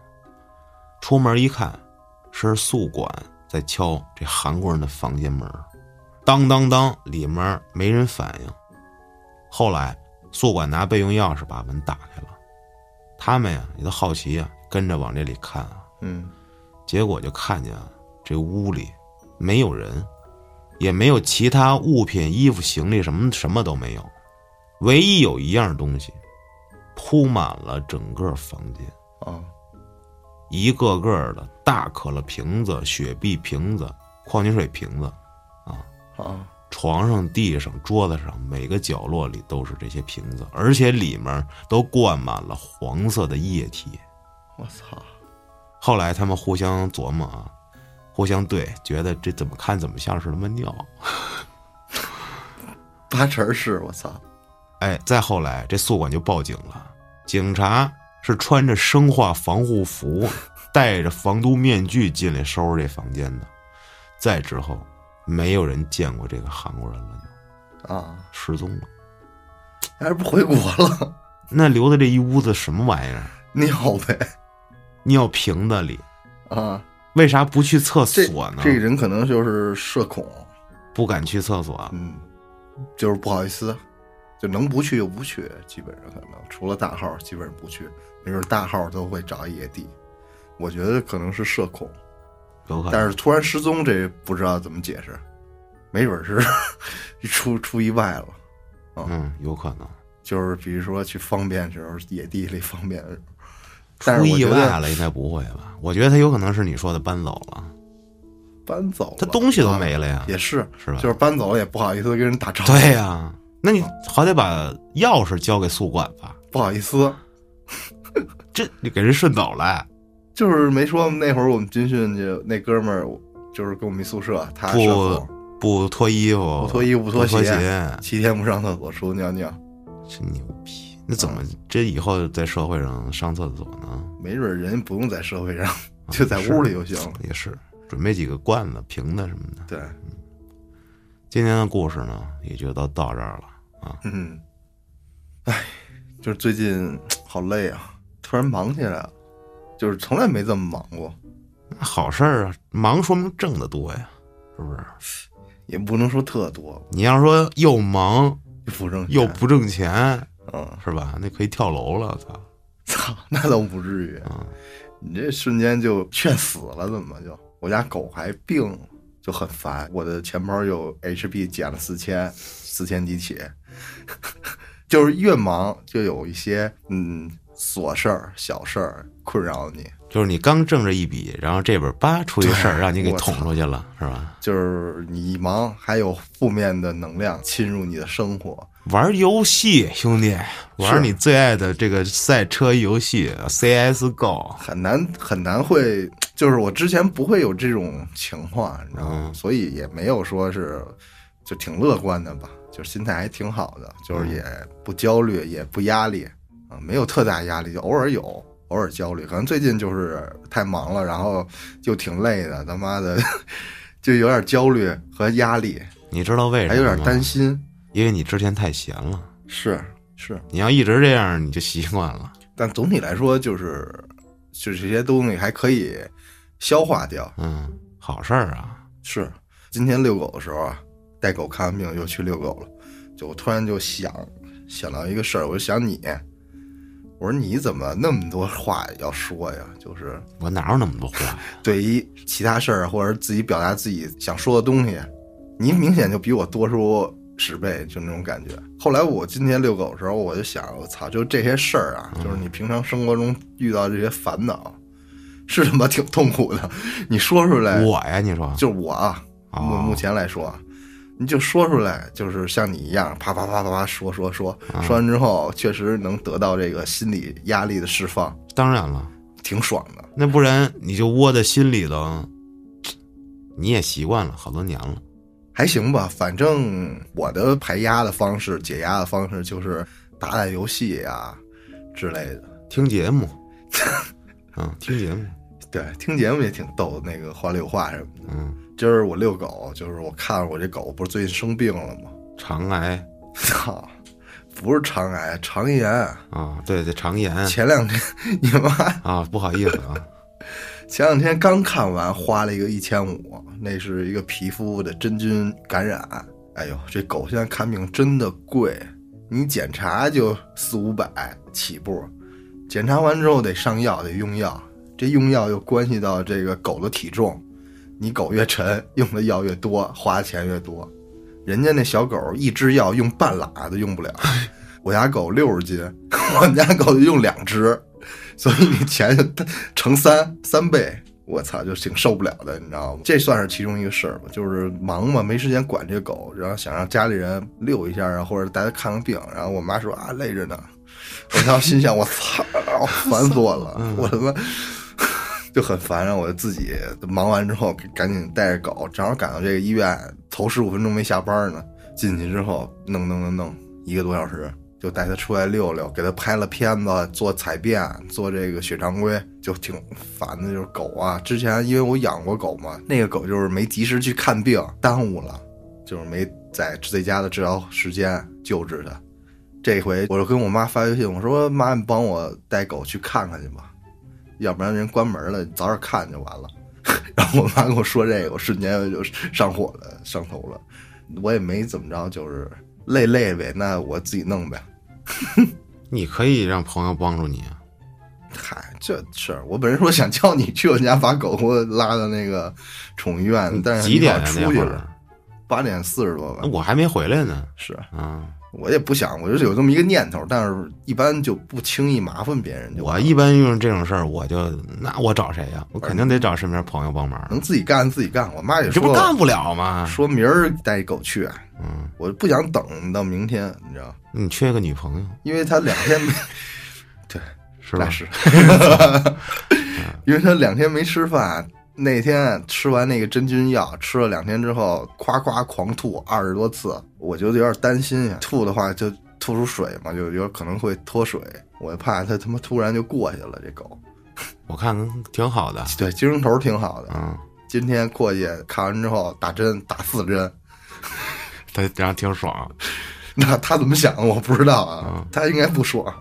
出门一看，是宿管在敲这韩国人的房间门，当当当，里面没人反应。后来宿管拿备用钥匙把门打开了，他们呀也都好奇呀，跟着往这里看啊。
嗯，
结果就看见啊，这屋里没有人，也没有其他物品、衣服、行李，什么什么都没有，唯一有一样东西，铺满了整个房间，
啊，
一个个的大可乐瓶子、雪碧瓶子、矿泉水瓶子，
啊，
床上、地上、桌子上，每个角落里都是这些瓶子，而且里面都灌满了黄色的液体。
我操！
后来他们互相琢磨啊，互相对，觉得这怎么看怎么像是他妈尿。
八成是我操！
哎，再后来这宿管就报警了，警察是穿着生化防护服， *laughs* 戴着防毒面具进来收拾这房间的。再之后，没有人见过这个韩国人了，就
啊，
失踪了。
还是不回国了， *laughs*
那留的这一屋子什么玩意儿？
尿呗！
尿瓶子里，
啊，
为啥不去厕
这
所呢？
这人可能就是社恐，
不敢去厕所，
嗯，就是不好意思，就能不去就不去，基本上可能除了大号，基本上不去，没准大号都会找野地。我觉得可能是社恐，
有可能。
但是突然失踪，这不知道怎么解释，没准是 *laughs* 出出意外了，
嗯，有可能
就是比如说去方便时候，野地里方便的时候，但
出
是我
意
觉得
外了，应该不会吧？我觉得他有可能是你说的搬走了。
搬走了，
他东西都没了呀
啊，也是，
是吧？
就是搬走了也不好意思跟人打招呼，
对呀、那你好歹把钥匙交给宿管吧，
不好意思，
这你给人顺走了，
就是没说那会儿我们军训去，那哥们儿就是跟我们一宿舍，他
不
社恐，
不脱衣服，
不脱衣服不
不
脱
脱
鞋
鞋
七天不上厕所除尿尿，
真牛逼！那怎么这以后在社会上上厕所呢？
没准儿人不用在社会上，
啊
就在
也是
屋里就行了。
也是，准备几个罐子、瓶子什么的。
对，
今天的故事呢，也就到到这儿了。
嗯，哎，就是最近好累啊，突然忙起来了，就是从来没这么忙过，
那好事儿啊，忙说明挣得多呀，是不是？
也不能说特多，
你要说又忙
不挣钱
又不挣钱，
嗯，
是吧？那可以跳楼了，操！
*laughs* 操，那倒不至于，
啊，
你这瞬间就劝死了，怎么就？我家狗还病了，就很烦。我的钱包有 HB 减了四千，四千几起， *laughs* 就是越忙就有一些嗯琐事儿、小事儿困扰你，
就是你刚挣着一笔，然后这边叭出一事儿，让你给
我操
捅出去了，是吧？
就是你一忙还有负面的能量侵入你的生活，
玩游戏，兄弟，玩你最爱的这个赛车游戏 CS:GO。
很难很难会，就是我之前不会有这种情况，你知道吗？
嗯
所以也没有说是就挺乐观的吧，就是心态还挺好的，就是也不焦虑，也不压力啊、没有特大压力，就偶尔有，偶尔焦虑。可能最近就是太忙了，然后又挺累的，他妈的 *laughs* 就有点焦虑和压力，
你知道为什么
还
吗
有点担，心。
因为你之前太闲了。
是是，
你要一直这样，你就习惯了。
但总体来说就是就是这些东西还可以消化掉。
嗯，好事儿啊。
是，今天遛狗的时候啊，带狗看完病又去遛狗了，就我突然就想想到一个事儿，我就想你，我说你怎么那么多话要说呀？就是
我哪有那么多话呀？
对于其他事儿啊或者自己表达自己想说的东西，啊你明显就比我多出十倍，就那种感觉。后来我今天遛狗的时候，我就想，我操，就这些事儿啊，就是你平常生活中遇到这些烦恼，是他妈挺痛苦的，你说出来，
我呀，你说，
就是我啊，
哦
目目前来说，啊，你就说出来，就是像你一样，啪啪啪啪啪说说说，说完之后，确实能得到这个心理压力的释放，
哦当然了，
挺爽的。
那不然你就窝在心里头，你也习惯了好多年了。
还行吧，反正我的排压的方式、解压的方式就是打打游戏啊之类的。
听节
*laughs*
目，嗯，听节目，
对，听节目也挺逗，那个话六话什么的。
嗯，
今儿我遛狗，就是我看我这狗不是最近生病了吗？ *laughs*
肠癌
操，不是肠癌，肠炎。
啊，对对，肠炎
前两天你妈
啊，不好意思啊，
前两天刚看完，花了一个一千五，那是一个皮肤的真菌感染。哎呦，这狗现在看病真的贵，你检查就四五百起步，检查完之后得上药，得用药，这用药又关系到这个狗的体重，你狗越沉，用的药越多，花的钱越多。人家那小狗一支药用半拉都用不了，我家狗六十斤，我们家狗就用两只，所以你钱 *laughs* 就乘三三倍，我操，就挺受不了的，你知道吗？这算是其中一个事儿吧，就是忙嘛，没时间管这个狗，然后想让家里人遛一下啊，或者带它看看病，然后我妈说啊累着呢，我当时心想我操，烦死我了，我他妈。就很烦，然后我就自己忙完之后，赶紧带着狗，正好赶到这个医院，头十五分钟没下班呢。进去之后，弄弄弄弄，一个多小时，就带它出来溜溜，给它拍了片子，做彩便，做这个血常规，就挺烦的。就是狗啊，之前因为我养过狗嘛，那个狗就是没及时去看病，耽误了，就是没在最佳的治疗时间救治它。这回我就跟我妈发微信，我说妈，你帮我带狗去看看去吧。要不然人关门了，你早点看就完了。 *laughs* 然后我妈跟我说这个，我瞬间就上火了，上头了。我也没怎么着，就是累累呗，那我自己弄呗。
你可以让朋友帮助你啊。
嗨，这事儿我本来说想叫你去我家把狗给我拉到那个宠物医嗯院，但
嗯
是
几
你
点
老
啊？那
出去
会嗯
了，
儿
八点四十多吧
那，我还没回来呢
是
啊，
我也不想，我就是有这么一个念头，但是一般就不轻易麻烦别人，就
我一般遇上这种事儿，我就那我找谁呀、我肯定得找身边朋友帮忙。
能自己干自己干。我妈也
你这
嗯说
不干不了吗？
说明儿带狗去，啊
嗯，
我不想等到明天，你知道吗，
你缺个女朋友
因为他两天没
是吧
那？是， *laughs* 因为他两天没吃饭，那天吃完那个真菌药，吃了两天之后，夸夸狂吐二十多次，我就有点担心呀。吐的话就吐出水嘛，就有可能会脱水，我怕它他妈突然就过去了。这狗，
我看挺好的，
对，精神头挺好的。 *laughs*
嗯，
今天过去看完之后打针打四针，
他然后挺爽，
*laughs* 那他怎么想我不知道啊
嗯，
他应该不爽。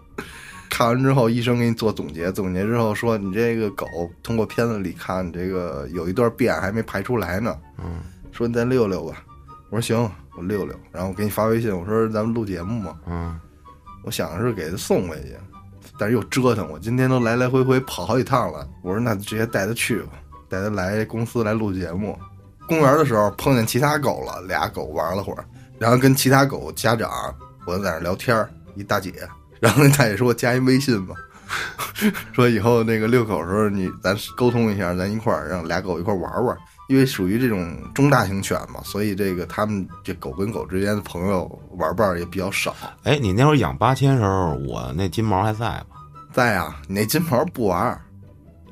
看完之后，医生给你做总结，总结之后说你这个狗通过片子里看，你这个有一段便还没排出来呢，
嗯
说你再溜溜吧。我说行，我溜溜。然后我给你发微信，我说咱们录节目嘛，
嗯，
我想的是给它送回去，但是又折腾，我今天都来来回回跑好几趟了。我说那直接带它去吧，带它来公司来录节目。公园的时候碰见其他狗了，俩狗玩了会儿，然后跟其他狗家长，我就在那聊天儿，一大姐，然后那大姐说加一微信吧， *laughs* 说以后那个遛狗的时候你咱沟通一下，咱一块儿让俩狗一块儿玩玩，因为属于这种中大型犬嘛，所以这个他们这狗跟狗之间的朋友玩伴儿也比较少。
哎，你那会儿养八千时候，我那金毛还在吧？
在啊，你那金毛不玩儿，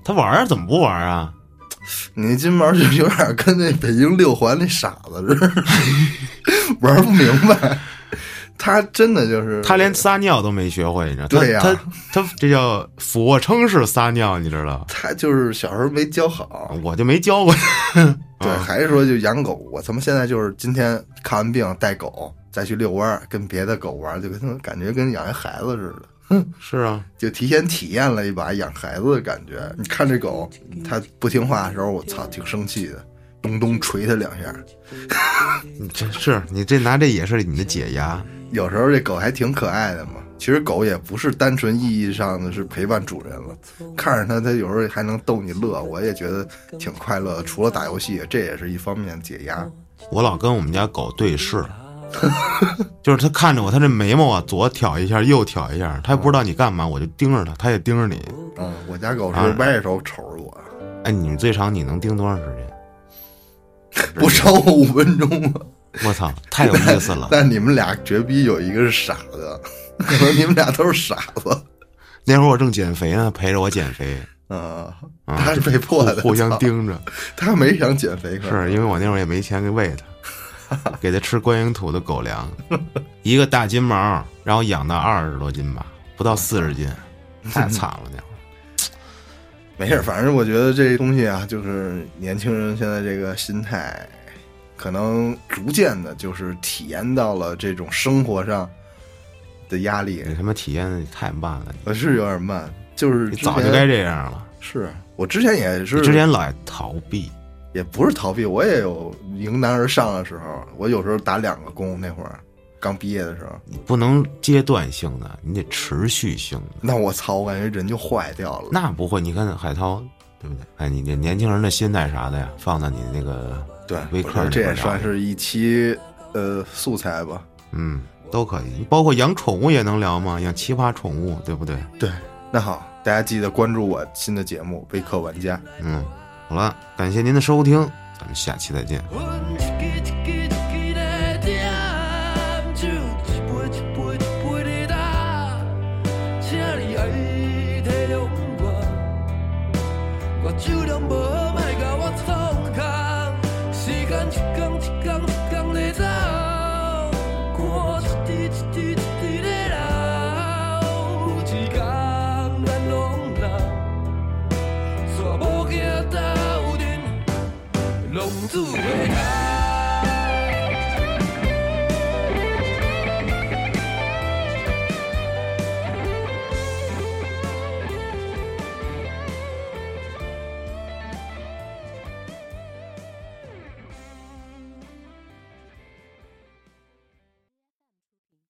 他玩儿怎么不玩儿啊？
你那金毛就有点跟那北京六环那傻子似的， *laughs* 玩不明白。他真的就是
他连撒尿都没学会，你知道？他
对呀
他他这叫俯卧撑式撒尿，你知道？
他就是小时候没教好，
我就没教过他。啊
对，还是说就养狗。我他妈现在就是今天看完病带狗再去遛弯儿，跟别的狗玩儿，就跟他们感觉跟养一孩子似的。
是啊，
就提前体验了一把养孩子的感觉。你看这狗，它不听话的时候，我操，挺生气的，咚咚捶它两下。
你这是你这拿这也是你的解压。
有时候这狗还挺可爱的嘛。其实狗也不是单纯意义上的是陪伴主人了，看着它，它有时候还能逗你乐，我也觉得挺快乐的。除了打游戏，这也是一方面解压。
我老跟我们家狗对
*laughs*
视，就是它看着我，它这眉毛啊，左挑一下，右挑一下，它也不知道你干嘛，我就盯着它，它也盯着你。
嗯，我家狗是
啊
歪着手瞅着我，
哎，你们最长你能盯多长时间？
不超过五
*laughs*
分钟吧。
我操，太有意思
*laughs*
了！
但你们俩绝逼有一个是傻
*laughs*
的，可能你们俩都是傻子。
那会儿我正减肥呢，陪着我减肥，
啊，
啊
他是被迫的，
互相
操，
盯着，
他没想减肥，可能
是因为我那会儿也没钱给喂它，
*laughs*
给它吃观音土的狗粮，一个大金毛，然后养到二十多斤吧，不到四十斤，
嗯
太惨了那会
*laughs*
儿。
没事，反正我觉得这东西啊，就是年轻人现在这个心态，可能逐渐的，就是体验到了这种生活上的压力，
你他妈体验的太慢了，
我是有点慢，就是
你
之前
早就该这样了。
是我之前也是，
你之前老爱逃避，
也不是逃避，我也有迎难而上的时候，我有时候打两个工，那会儿刚毕业的时候，
你不能阶段性的，你得持续性的。
那我操，我感觉人就坏掉了，
那不会，你看海涛，对不对？哎，你这年轻人的心态啥的呀，放到你那个
对，
微
我
课
觉得
那
这
边
也
聊
算是一期呃素材吧，
嗯，都可以，包括养宠物也能聊吗？养奇葩宠物，对不对？
对，那好，大家记得关注我新的节目《微课玩家》。
嗯，好了，感谢您的收听，咱们下期再见。
龙子回头。